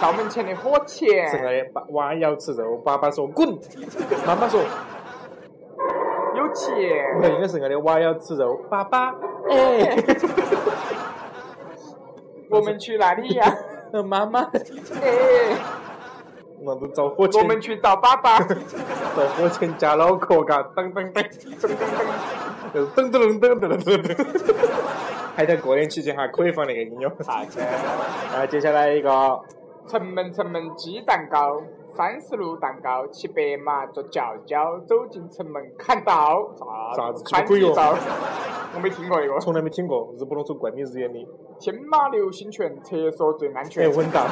Speaker 3: 灶门前的火
Speaker 2: 是
Speaker 3: 钱，
Speaker 2: 的，爸娃要吃肉，爸爸说滚，妈妈说。
Speaker 3: 有
Speaker 2: 不
Speaker 3: 钱。
Speaker 2: 应该是我的娃要吃肉，爸爸，哎，
Speaker 3: 我们去哪里 呀？
Speaker 2: 妈妈，
Speaker 3: 哎，
Speaker 2: 我都找火
Speaker 3: 我
Speaker 2: 箭，
Speaker 3: 们去找爸爸。
Speaker 2: 找火箭加脑壳，嘎，噔噔噔，
Speaker 3: 噔噔噔，
Speaker 2: 就是噔噔噔噔噔噔噔。还在过年期间哈，可以放那个音乐。
Speaker 3: 啥子？呃
Speaker 2: 啊，接下来一个
Speaker 3: 城门城门鸡蛋糕，三十路蛋糕，骑白马坐轿轿，走进城门砍刀。
Speaker 2: 啥子鸡巴
Speaker 3: 砍
Speaker 2: 鬼哟
Speaker 3: 一刀？ 我没听过那个。
Speaker 2: 从来没听过，日不落出怪米日眼里。
Speaker 3: 天马流星拳，厕所最安
Speaker 2: 哎，
Speaker 3: 全。
Speaker 2: 稳当，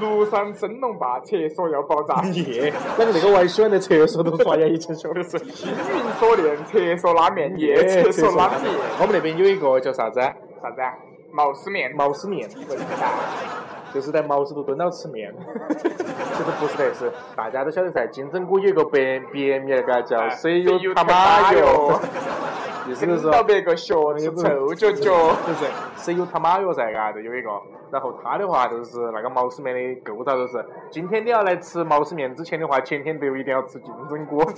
Speaker 3: 庐山升龙霸，厕所要爆炸。
Speaker 2: 耶！ 那个那个娃儿喜欢在厕所头刷牙，以前小的时候。
Speaker 3: 星云锁链，厕所拉 面， 夜
Speaker 2: 哎
Speaker 3: 厕所拉面。
Speaker 2: 我们那边有一个叫啥子啊？
Speaker 3: 啥子啊？毛丝面。
Speaker 2: 毛丝面，就是在毛丝路蹲到吃面。 其实不是的，是大家都晓得噻，金针菇有一个别别名，那个叫
Speaker 3: 哎
Speaker 2: 谁有他妈
Speaker 3: 妈
Speaker 2: 哟，意思就是
Speaker 3: 听
Speaker 2: 说
Speaker 3: 到。别个学吃臭脚脚。
Speaker 2: 就是谁有他妈哟噻，嘎，就有一个。然后他的话就是那个毛丝面的构造，就是今天你要来吃毛丝面之前的话，前天都一定要吃金针菇。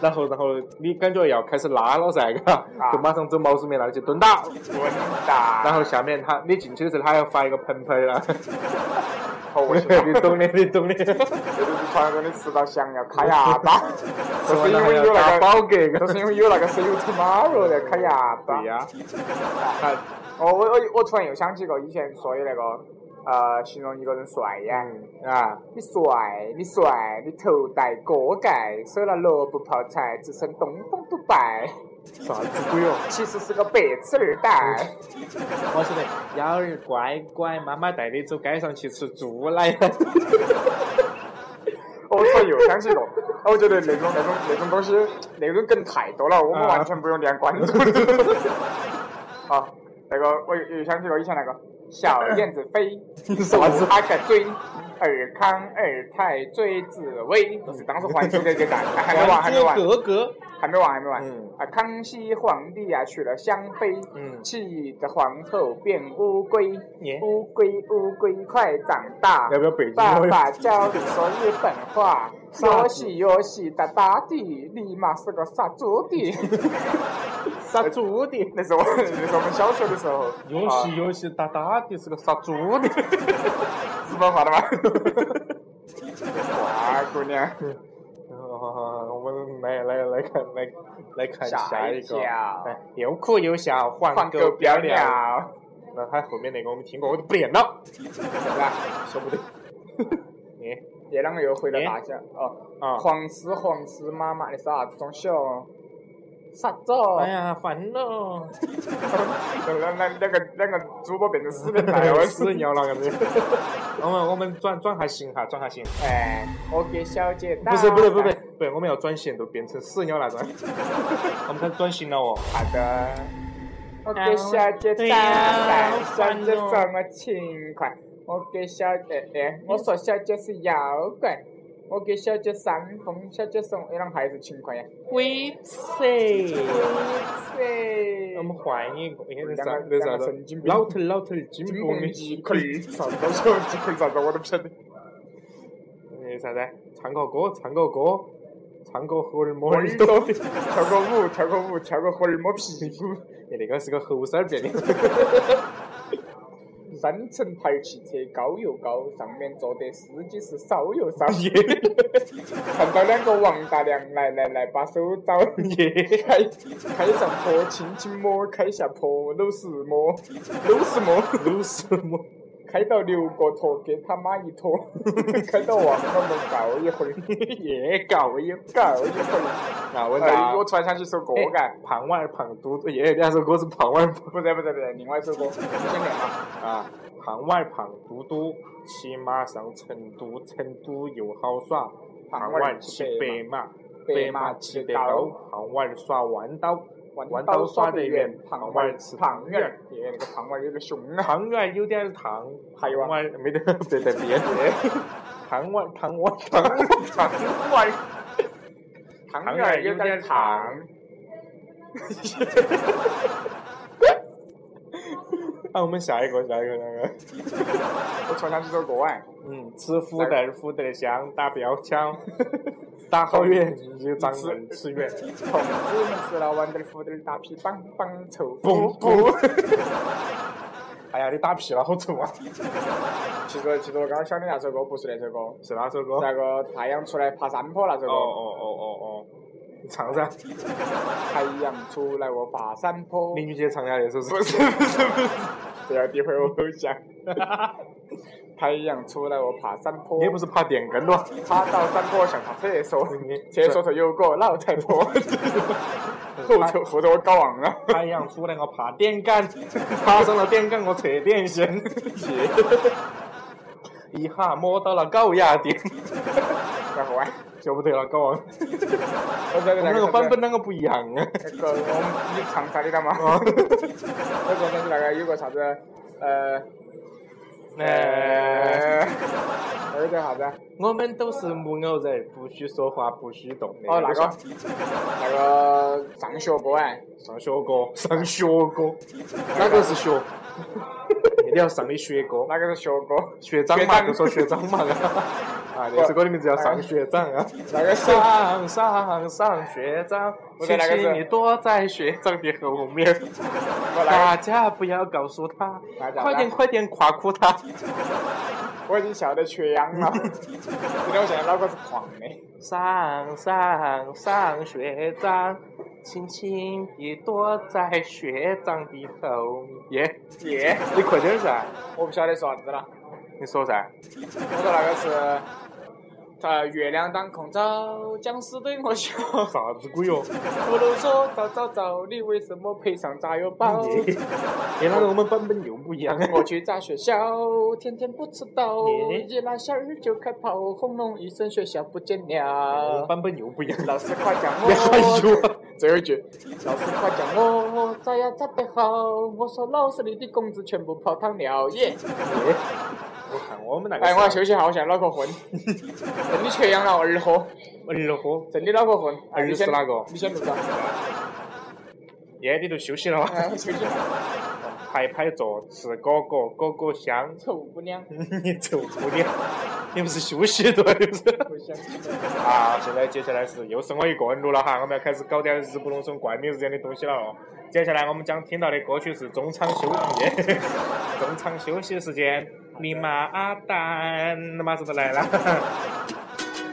Speaker 2: 然后，然后你感觉要开始拉了噻，嘎，就马上走毛丝面那里去蹲到。
Speaker 3: 滚
Speaker 2: 然
Speaker 3: 蛋！
Speaker 2: 后下面他你进去的时候，他还要发一个盆盆了，
Speaker 3: 好恶心啊
Speaker 2: 你懂的，你懂的。
Speaker 3: 这就是传说的吃到翔要卡 牙巴，
Speaker 2: 吃
Speaker 3: 就是
Speaker 2: 完了
Speaker 3: 因
Speaker 2: 还
Speaker 3: 为
Speaker 2: 要
Speaker 3: 有那
Speaker 2: 打
Speaker 3: 个，
Speaker 2: 饱嗝，
Speaker 3: 就是因为有那个 See You Tomorrow 的卡牙巴
Speaker 2: 对。呀，
Speaker 3: 哦，我我我突然又想起一个以前说的那个，呃，形容一个人帅呀，
Speaker 2: 啊，
Speaker 3: 你帅，你帅，你头戴锅盖，手拿萝卜泡菜，只剩东风不败，
Speaker 2: 啥子鬼哟？哦
Speaker 3: 其实是个白痴二代。
Speaker 2: 我晓得，幺儿乖乖，妈妈带你走街上去吃猪奶。
Speaker 3: 我突然又想起一个，我觉得那种那种那种东西，那种梗太多了，我们
Speaker 2: 啊
Speaker 3: 完全不用连关注。好，那个我又又想起了以前那个小燕子飞，
Speaker 2: 啥子
Speaker 3: 他个追，尔康二太追子威，都是当时皇帝的阶段，啊还没完，还没
Speaker 4: 还
Speaker 3: 完。
Speaker 4: 格格，
Speaker 3: 还没完，还没完。
Speaker 2: 嗯
Speaker 3: 啊，康熙皇帝啊娶了香妃，
Speaker 2: 嗯
Speaker 3: 气得皇后变乌龟
Speaker 2: 耶，
Speaker 3: 乌龟乌龟快长大。
Speaker 2: 要不要北京啊
Speaker 3: 爸
Speaker 2: 话
Speaker 3: 爸教你说日本 话，哟西哟西哒哒地，立马是个杀猪 的，杀猪的。 那是我，那是我们小学的时候。
Speaker 2: 游
Speaker 3: 啊
Speaker 2: 戏游戏哒哒的是个杀猪的，
Speaker 3: 四川话的吗？ 哇，姑 娘，
Speaker 2: 啊，我们来来来看来来看下一
Speaker 3: 吓
Speaker 2: 个
Speaker 3: 一跳，
Speaker 2: 哎又酷又小，换
Speaker 3: 放狗表
Speaker 2: 了。
Speaker 3: 了，
Speaker 2: 那他后面那个我们听过，我都不念了，
Speaker 3: 是吧？
Speaker 2: 晓不得。你
Speaker 3: 这两个又回到大家哦，
Speaker 2: 啊，
Speaker 3: 黄丝黄丝妈妈的啥子东西哦？啥子哦？
Speaker 4: 哎呀，烦了，
Speaker 3: 那那那个那个主播变成死人台
Speaker 2: 我
Speaker 3: 了，
Speaker 2: 死尿 了，硬是。我们我们转转下型哈，转下型。
Speaker 3: 哎，我给小姐打。
Speaker 2: 不是不是不是，不是，我们要转型，都变成屎尿了，转。我们开始转型了哦。
Speaker 3: 好的。我给小姐打伞，小姐什么情况？我给小姐，哎，我说小姐是妖怪。我给小姐扇风，小姐送一哎辆还是情况呀？
Speaker 4: 鬼谁？
Speaker 3: 对
Speaker 4: 我们换一个，那
Speaker 3: 两个
Speaker 4: 啥那啥
Speaker 3: 两个
Speaker 4: 子
Speaker 3: 神经，病
Speaker 4: 老头儿老头儿金
Speaker 3: 金
Speaker 4: 箔
Speaker 3: 箔
Speaker 4: 的
Speaker 3: 鸡腿，啥子东西？鸡腿啥子？我都不晓得。
Speaker 2: 那啥子？唱个歌，唱个歌，唱个猴儿摸
Speaker 3: 我
Speaker 2: 耳
Speaker 3: 耳
Speaker 2: 朵。
Speaker 3: 朵跳个舞，跳个舞，跳个猴儿摸屁股，
Speaker 2: 哎那个是个猴腮儿变的。
Speaker 3: 三层牌汽车高又高，上面坐的司机是骚又骚。看到两个王大娘，来来来，把手招，开开上坡，轻轻摸，开下坡，搂是摸，搂是摸，
Speaker 2: 都是么？
Speaker 3: 开到六个坨，给他妈一坨，开到王老门告一会儿，也告一告一会儿。
Speaker 2: 啊，问
Speaker 3: 哎，
Speaker 2: 答
Speaker 3: 我。突然想起一首歌，
Speaker 2: 我
Speaker 3: 干。
Speaker 2: 干胖娃儿胖嘟嘟，耶，哎那首歌是胖娃儿胖
Speaker 3: 不对不对不对，另外一首歌，先练嘛。
Speaker 2: 啊，胖娃儿胖嘟嘟，骑马上成都，成都又好耍。胖娃儿骑白马，白马骑得高，胖娃儿耍弯刀，弯刀耍得远，胖娃儿吃
Speaker 3: 胖
Speaker 2: 胖
Speaker 3: 圆
Speaker 2: 圆
Speaker 3: 儿
Speaker 2: 儿，，
Speaker 3: 耶，那个胖圆儿有个熊啊！
Speaker 2: 胖圆儿有点儿烫，
Speaker 3: 还
Speaker 2: 胖
Speaker 3: 有啊
Speaker 2: 娃儿没得别得别，啊胖娃儿胖娃儿胖娃儿
Speaker 3: 胖圆儿，胖
Speaker 2: 啊
Speaker 3: 圆儿有点儿烫。
Speaker 2: 啊 啊，我们下一个，下一个，下一个。
Speaker 3: 我传上这首歌哎，
Speaker 2: 嗯，吃福袋儿福袋儿香，打标 枪，打好远就长人吃远。
Speaker 3: 同志们吃了豌豆儿、胡豆儿、大皮棒棒臭
Speaker 2: 嘣
Speaker 3: 不不。
Speaker 2: 嘣！ 哎呀，你打屁了，好臭啊！
Speaker 3: 其实其实我刚刚想的那首歌不是那首歌，
Speaker 2: 是哪首歌？
Speaker 3: 是
Speaker 2: 哦
Speaker 3: 那个太阳出来爬山坡那
Speaker 2: 哦
Speaker 3: 首歌。
Speaker 2: 哦哦哦，你唱噻，
Speaker 3: 太阳出来我爬山坡。
Speaker 2: 林俊杰唱一下这首是
Speaker 3: 不是不是啊不是，不要诋毁我偶 像。太阳出来我爬山坡，
Speaker 2: 你不是爬电根咯？
Speaker 3: 爬到山坡想上厕所，
Speaker 2: 你
Speaker 3: 厕所头有个老太婆， 后头后头我啊搞忘了。
Speaker 2: 太阳出来我爬电杆，爬上了电杆我扯电线，一下摸到了高压电，
Speaker 3: 然后啊，
Speaker 2: 就不得了，搞忘。
Speaker 3: 我这
Speaker 2: 我
Speaker 3: 个
Speaker 2: 们
Speaker 3: 那
Speaker 2: 那
Speaker 3: 个
Speaker 2: 个版本啷个不一样啊？
Speaker 3: 那个我们你长沙的了吗？
Speaker 2: 哦
Speaker 3: 我昨 天那个有个啥子呃
Speaker 2: 哎，
Speaker 3: 呃，那个叫啥子？
Speaker 2: 我们都是木偶人，不许说话，不许动。
Speaker 3: 哦，那个那个上学不哎？
Speaker 2: 上学哥，上学哥，哪个是学？ 你要上的学哥，
Speaker 3: 那个是学哥？
Speaker 2: 学长嘛，
Speaker 3: 学长
Speaker 2: 就说学长嘛。 啊，那首歌的名字叫《上学长》啊。
Speaker 3: 那 个是。
Speaker 2: 上上上学长，
Speaker 3: 我
Speaker 2: 谢
Speaker 3: 在那个是
Speaker 2: 谢你躲在学长的后面，
Speaker 3: 我
Speaker 2: 大
Speaker 3: 那个，
Speaker 2: 家不要告诉他
Speaker 3: 大，家
Speaker 2: 快点
Speaker 3: 来
Speaker 2: 快点夸哭他。
Speaker 3: 我已经笑得缺氧了，真的，我现在脑壳是狂的。
Speaker 4: 上上上学长，轻轻地躲在学长的后面。
Speaker 2: 耶，
Speaker 3: 耶，
Speaker 2: 你快点噻，
Speaker 3: 我不晓得说啥子了。
Speaker 2: 你说噻。
Speaker 3: 我说那个是，呃，月亮当空照，僵尸对我笑。
Speaker 2: 啥子鬼哟？
Speaker 3: 骷髅说：“早早早，你为什么配上炸药 包？
Speaker 2: 耶，原来我们版本又不 一样啊。
Speaker 3: 我去炸学校，天天不迟到，
Speaker 2: 耶
Speaker 3: 一拉线儿就开炮，轰隆一声学校不见
Speaker 2: 我们
Speaker 3: 了。
Speaker 2: 版本又不一样了。
Speaker 3: 老师哦夸奖
Speaker 2: 你还
Speaker 3: 我，
Speaker 2: 有啊？
Speaker 3: 最后一句，老师夸奖我，炸呀炸得好。我说老师你的工资全部泡汤了耶。
Speaker 2: 耶，哎我看我们那个
Speaker 3: 哎，
Speaker 2: 时候
Speaker 3: 我休息一下，我现在脑壳昏，真的缺氧了，二货，
Speaker 2: 二货，
Speaker 3: 真的脑壳昏。哎
Speaker 2: 二是哪个
Speaker 3: 你先录着，
Speaker 2: 烟你都休息了吗？
Speaker 3: 哎，我休息一下。
Speaker 2: 排排坐，吃果果，果果香。
Speaker 3: 臭姑娘，
Speaker 2: 你臭姑娘，你不是休息对不是？
Speaker 3: 我想起来了。
Speaker 2: 啊，现在接下来是又是我一个人录了哈，我们要开始搞点日不隆松、怪米日这样的东西了哦。接下来我们将听到的歌曲是中场休息， 中场休息时间，你妈阿蛋，你妈是不是来了？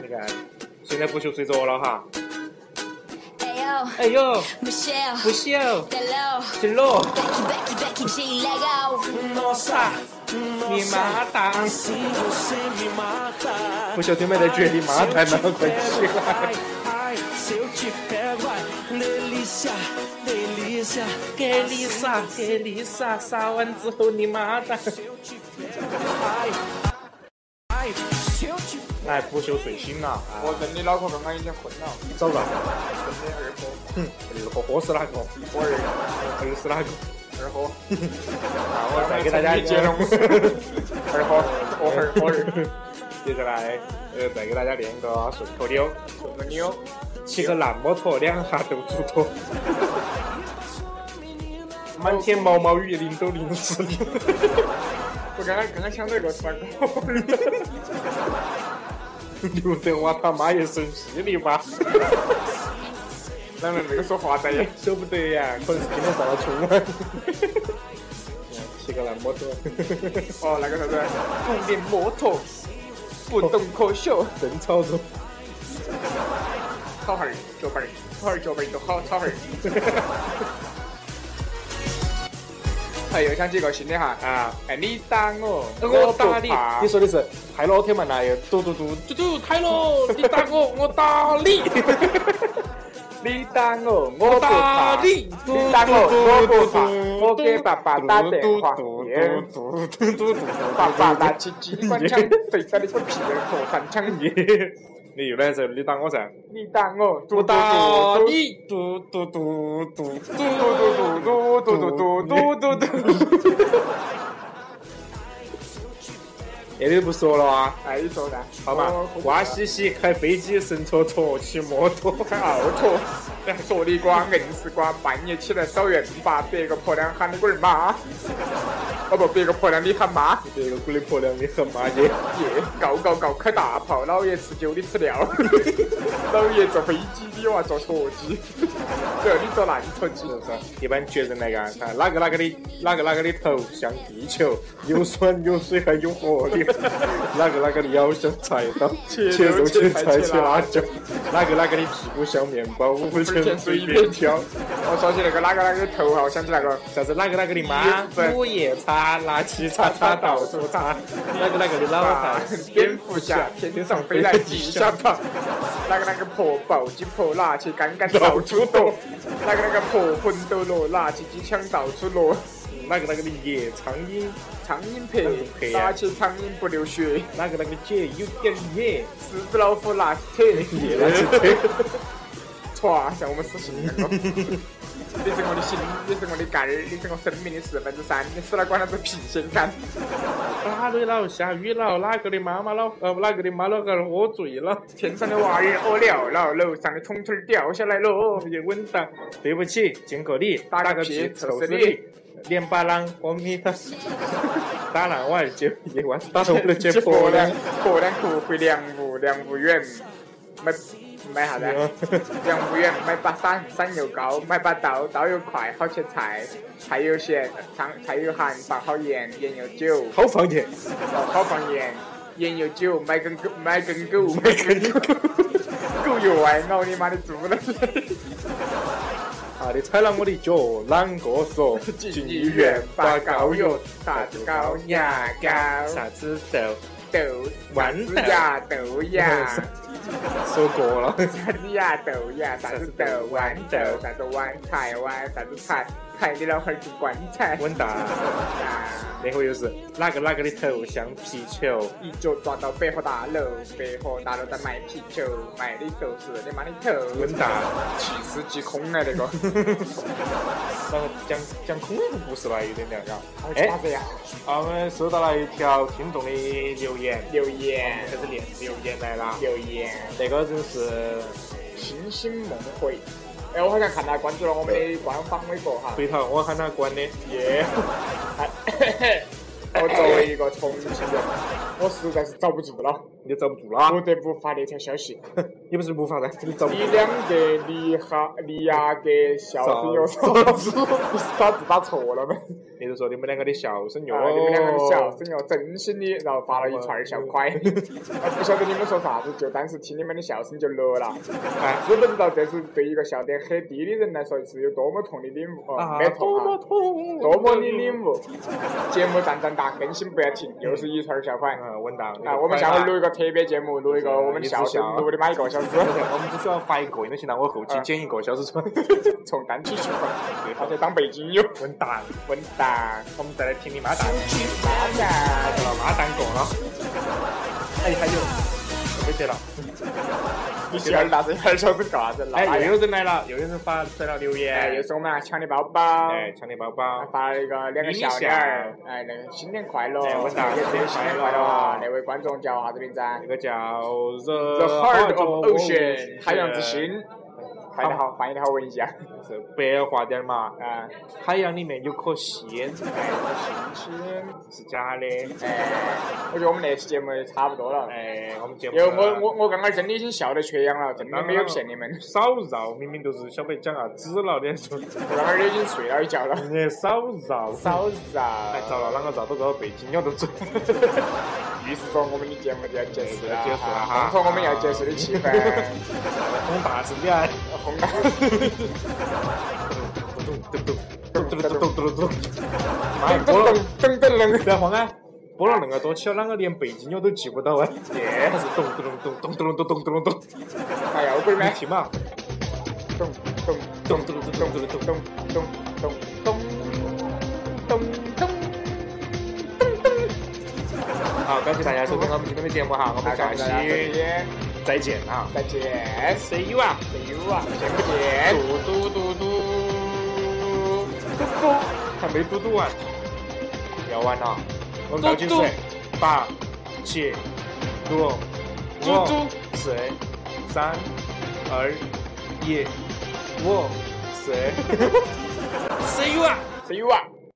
Speaker 2: 你看，现在不秀睡着了哈。
Speaker 1: Ayo,
Speaker 4: 哎呦，
Speaker 1: Michelle,
Speaker 4: 不秀，
Speaker 1: hello,
Speaker 4: 是喽，
Speaker 1: Becky, Becky, Becky G, Lego.
Speaker 4: 你妈蛋，
Speaker 2: 不秀准备在绝地妈蛋了，快起来！
Speaker 4: 给你撒，给你撒，撒完之后你妈蛋。
Speaker 2: 哎，不秀睡醒了，
Speaker 3: 我真的脑壳刚刚已经昏了，
Speaker 2: 找到
Speaker 3: 真的二货，
Speaker 2: 二货货是哪个？
Speaker 3: 我
Speaker 2: 二
Speaker 3: 二
Speaker 2: 是哪个？
Speaker 3: 二货，
Speaker 2: 啊，我再给大家
Speaker 3: 接龙，二货，我二我二，
Speaker 2: 接下来，呃，再给大家练一个顺口溜：
Speaker 3: 臭个妞，
Speaker 2: 骑个烂摩托，两下都嘱托。满天毛毛雨，淋都淋湿你。
Speaker 3: 我刚刚刚刚想到一个 帅哥，
Speaker 2: 刘德华他妈一身犀利吧？
Speaker 3: 咱们没有说话噻，
Speaker 2: 舍不得呀，可能是今天上了春晚。骑个烂摩托，
Speaker 3: 哦，那个啥子，风电摩托，不懂可秀，
Speaker 2: 真吵人。
Speaker 3: 草儿脚板儿，草儿脚板儿就好草儿。哎，又想起一个新的哈，
Speaker 2: 啊，
Speaker 3: 哎，你打我，
Speaker 2: 我打你
Speaker 3: 不怕，
Speaker 2: 你说的是泰勒天曼那又嘟嘟嘟嘟嘟泰勒，你打我，我打你。
Speaker 3: 你打我，我不
Speaker 2: 打
Speaker 3: 怕，
Speaker 2: 你！
Speaker 3: 你打我，我不怕，我给爸爸打电话，耶
Speaker 2: 嘟嘟嘟嘟，
Speaker 3: 爸爸拿起机关枪对着你个屁眼和三枪，
Speaker 2: 你， 你又来是你打我噻，
Speaker 3: 你打我，
Speaker 2: 我
Speaker 3: 嘟
Speaker 2: 打
Speaker 3: 嘟
Speaker 2: 你，嘟嘟嘟嘟嘟
Speaker 3: 嘟嘟嘟嘟嘟嘟嘟嘟嘟嘟。
Speaker 2: 那你不说了啊？
Speaker 3: 哎，你说噻，
Speaker 2: 哦好吧，瓜兮兮开飞机，神戳戳骑摩托，啊
Speaker 3: 看奥拓， 说你瓜，硬是瓜，半夜起来扫院坝，别个婆娘喊你龟儿妈， 哦不，别个婆娘你喊妈，
Speaker 2: 这个姑娘婆娘你很妈耶！
Speaker 3: 耶，告告告，开大炮，老爷吃酒你吃尿， 老爷坐飞机，你娃坐车机， 这你坐烂车机，
Speaker 2: 一般绝人来干，看哪个哪个的哪个哪个的头像地球，有酸有水还有活力， 哪个哪个的腰像菜刀， 切肉切菜切辣椒，哪个哪个的屁股像面包，五钱随便挑。
Speaker 3: 我说起那个哪个哪个头号，想起那个
Speaker 2: 啥子哪个哪个的妈，五叶叉，拿起叉叉到处叉，哪个哪个的老
Speaker 3: 啊
Speaker 2: 汉，
Speaker 3: 蝙蝠侠天上飞来地下爬，哪个哪个婆抱起婆拿起杆杆到处躲，哪个哪个婆魂斗罗拿起机枪到处落，
Speaker 2: 哪个哪个的爷苍蝇，
Speaker 3: 苍蝇拍打起苍蝇不流血，
Speaker 2: 哪个哪个的姐有点野，
Speaker 3: 狮子老虎拿起扯，
Speaker 2: 夜来去推。
Speaker 3: 歘，像我们死刑那个。你是我的心，你是我的肝儿，你是我生命的四分之三，你死了管他是屁先干。
Speaker 2: 打雷了，下雨了，哪个的妈妈老呃哪个的妈老汉儿喝醉了，
Speaker 3: 天上的娃儿屙尿了，楼上的虫虫掉下来喽。
Speaker 2: 也稳当。对不起，敬个礼，
Speaker 3: 打个
Speaker 2: 个
Speaker 3: 屁
Speaker 2: 臭
Speaker 3: 臭死
Speaker 2: 死
Speaker 3: 你
Speaker 2: 你！连巴郎，我你他，打烂我还接，一万打头不能接
Speaker 3: 婆
Speaker 2: 婆
Speaker 3: 娘
Speaker 2: 娘。，
Speaker 3: 婆娘哭回梁屋，梁屋远，买买啥子？梁屋远买把伞，伞又高，买把刀，刀又快，好切菜，菜又咸，菜菜又咸，放好盐，盐又久，
Speaker 2: 好放盐，
Speaker 3: 哦，好放盐，盐又久，买根狗，买根狗，买根狗，狗又歪，咬你妈的猪了。
Speaker 2: 啊！你踩了我的脚，啷个说？
Speaker 3: 进医院拔膏药，啥子膏？牙膏，
Speaker 2: 啥子豆？
Speaker 3: 豆，啥
Speaker 2: 豌
Speaker 3: 子
Speaker 2: 豆
Speaker 3: 牙豆 牙。
Speaker 2: 说过了。
Speaker 3: 啥子呀豆呀，啥子豆豌豆，啥子豌菜豌啥子菜，害得了孩子棺材，
Speaker 2: 稳当。那会又是哪个哪个的头像皮球，
Speaker 3: 一脚抓到百货大楼，百货大楼在卖皮球，卖的都是你妈的头，哎
Speaker 2: 稳当。
Speaker 3: 气死鸡空了那 个，
Speaker 2: 然后讲讲恐怖故事吧，有点聊聊。
Speaker 3: 好
Speaker 2: 哎
Speaker 3: 吓，人呀！
Speaker 2: 啊我们收到了一条听众的留言，
Speaker 3: 留言
Speaker 2: 开始念留言来啦。
Speaker 3: 留言，
Speaker 2: 这个人是
Speaker 3: 清新梦回。哎，我好像看他关注了我们的官方微博哈。
Speaker 2: 回头我喊他关的，
Speaker 3: 耶！ 我作为一个重庆人，我实在是遭不住了，
Speaker 2: 你遭不住了啊
Speaker 3: 不！得不发这条 消息。
Speaker 2: 你不是无法在这里遭不住
Speaker 3: 你。两个你哈你呀给笑声有啥子？你是 他自打错了没？
Speaker 2: 你就说你们两个的笑声哟
Speaker 3: 啊，，你们两个笑声有真心的，然后发了一串笑块。我嗯哎不晓得你们说啥子，就当时听你们的笑声就乐 了。
Speaker 2: 哎
Speaker 3: 知不知道这是对一个笑点很低的人来说是有多么痛的领悟？哦，没痛
Speaker 2: 多么
Speaker 3: 啊。
Speaker 2: 痛，
Speaker 3: 多么的领悟！节目赞赞大，更新不要停，又是一串小款。
Speaker 2: 嗯，稳当。
Speaker 3: 啊，我们下回录一个特别节目，录一啊个我们笑声，录的妈一个小时，
Speaker 2: 啊我们只需要发一个就行了，我后期剪一个小时出来。
Speaker 3: 从单曲循环，而且当背景音乐，
Speaker 2: 稳当，
Speaker 3: 混蛋！
Speaker 2: 我们再来听你妈蛋，
Speaker 3: 妈蛋！
Speaker 2: 老妈蛋过了。哎，还有，没得了。
Speaker 3: 你喜欢大声，还小声干啥子？
Speaker 2: 哎，又有人来了，又有人发来了留
Speaker 3: 哎，又
Speaker 2: 言。
Speaker 3: 是我们啊抢的包包，
Speaker 2: 哎，强力宝宝，
Speaker 3: 发了一个两个小脸儿，哎，那个新年快乐，
Speaker 2: 哎我打
Speaker 3: 也祝你新年快乐啊！那位观众叫啥子名字啊
Speaker 2: 这个叫
Speaker 3: ？The
Speaker 2: The
Speaker 3: Heart of Ocean，海洋之心。翻译得好，翻译得好文艺啊！
Speaker 2: 是白话点儿嘛，
Speaker 3: 啊，
Speaker 2: 海洋里面有颗蟹，
Speaker 3: 亲，
Speaker 2: 是假的。
Speaker 3: 哎，我觉得我们那期节目也差不多了。
Speaker 2: 哎，我们节目
Speaker 3: 因为我我我刚刚真的已经笑得缺氧了，真的没有骗你们，
Speaker 2: 少绕，明明就是小白讲啥子了的，说
Speaker 3: 我刚刚已经睡了一觉了。
Speaker 2: 你少绕，
Speaker 3: 嫂子
Speaker 2: 哎，
Speaker 3: 啊，
Speaker 2: 绕了啷个绕都绕背景鸟都走。
Speaker 3: 于是说我们的节目就要结束了，
Speaker 2: 结束了哈
Speaker 3: 烘托我们要结束的气氛，
Speaker 2: 轰大声的啊！
Speaker 3: 烘到。
Speaker 2: 嘟嘟嘟嘟嘟嘟嘟嘟嘟，妈呀，播了，
Speaker 3: 噔噔噔
Speaker 2: 不要慌啊！播了恁个多期了，啷个连背景鸟都记不到啊？耶，是咚咚咚咚咚咚咚咚咚，
Speaker 3: 哎呀，我龟
Speaker 2: 你
Speaker 3: 儿
Speaker 2: 听嘛，
Speaker 3: 咚咚
Speaker 2: 咚咚咚咚咚
Speaker 3: 咚
Speaker 2: 咚
Speaker 3: 咚
Speaker 2: 咚。
Speaker 3: 咚咚咚咚咚。
Speaker 2: 好，感谢大家收听我们今天的节目哈，我们下
Speaker 3: 感谢大家再
Speaker 2: 期
Speaker 3: 见，
Speaker 2: 再见啊
Speaker 3: 再见
Speaker 2: ！See you 啊！
Speaker 3: ，see you 啊，见不见？
Speaker 2: 嘟嘟嘟嘟，嘟嘟，还没嘟嘟完，要完了，我们倒计
Speaker 3: 嘟
Speaker 2: 时
Speaker 3: 嘟，
Speaker 2: 八、七、六、
Speaker 3: 嘟
Speaker 2: 五
Speaker 3: 嘟、
Speaker 2: 四、三、二、一，五、四。
Speaker 3: see you 啊。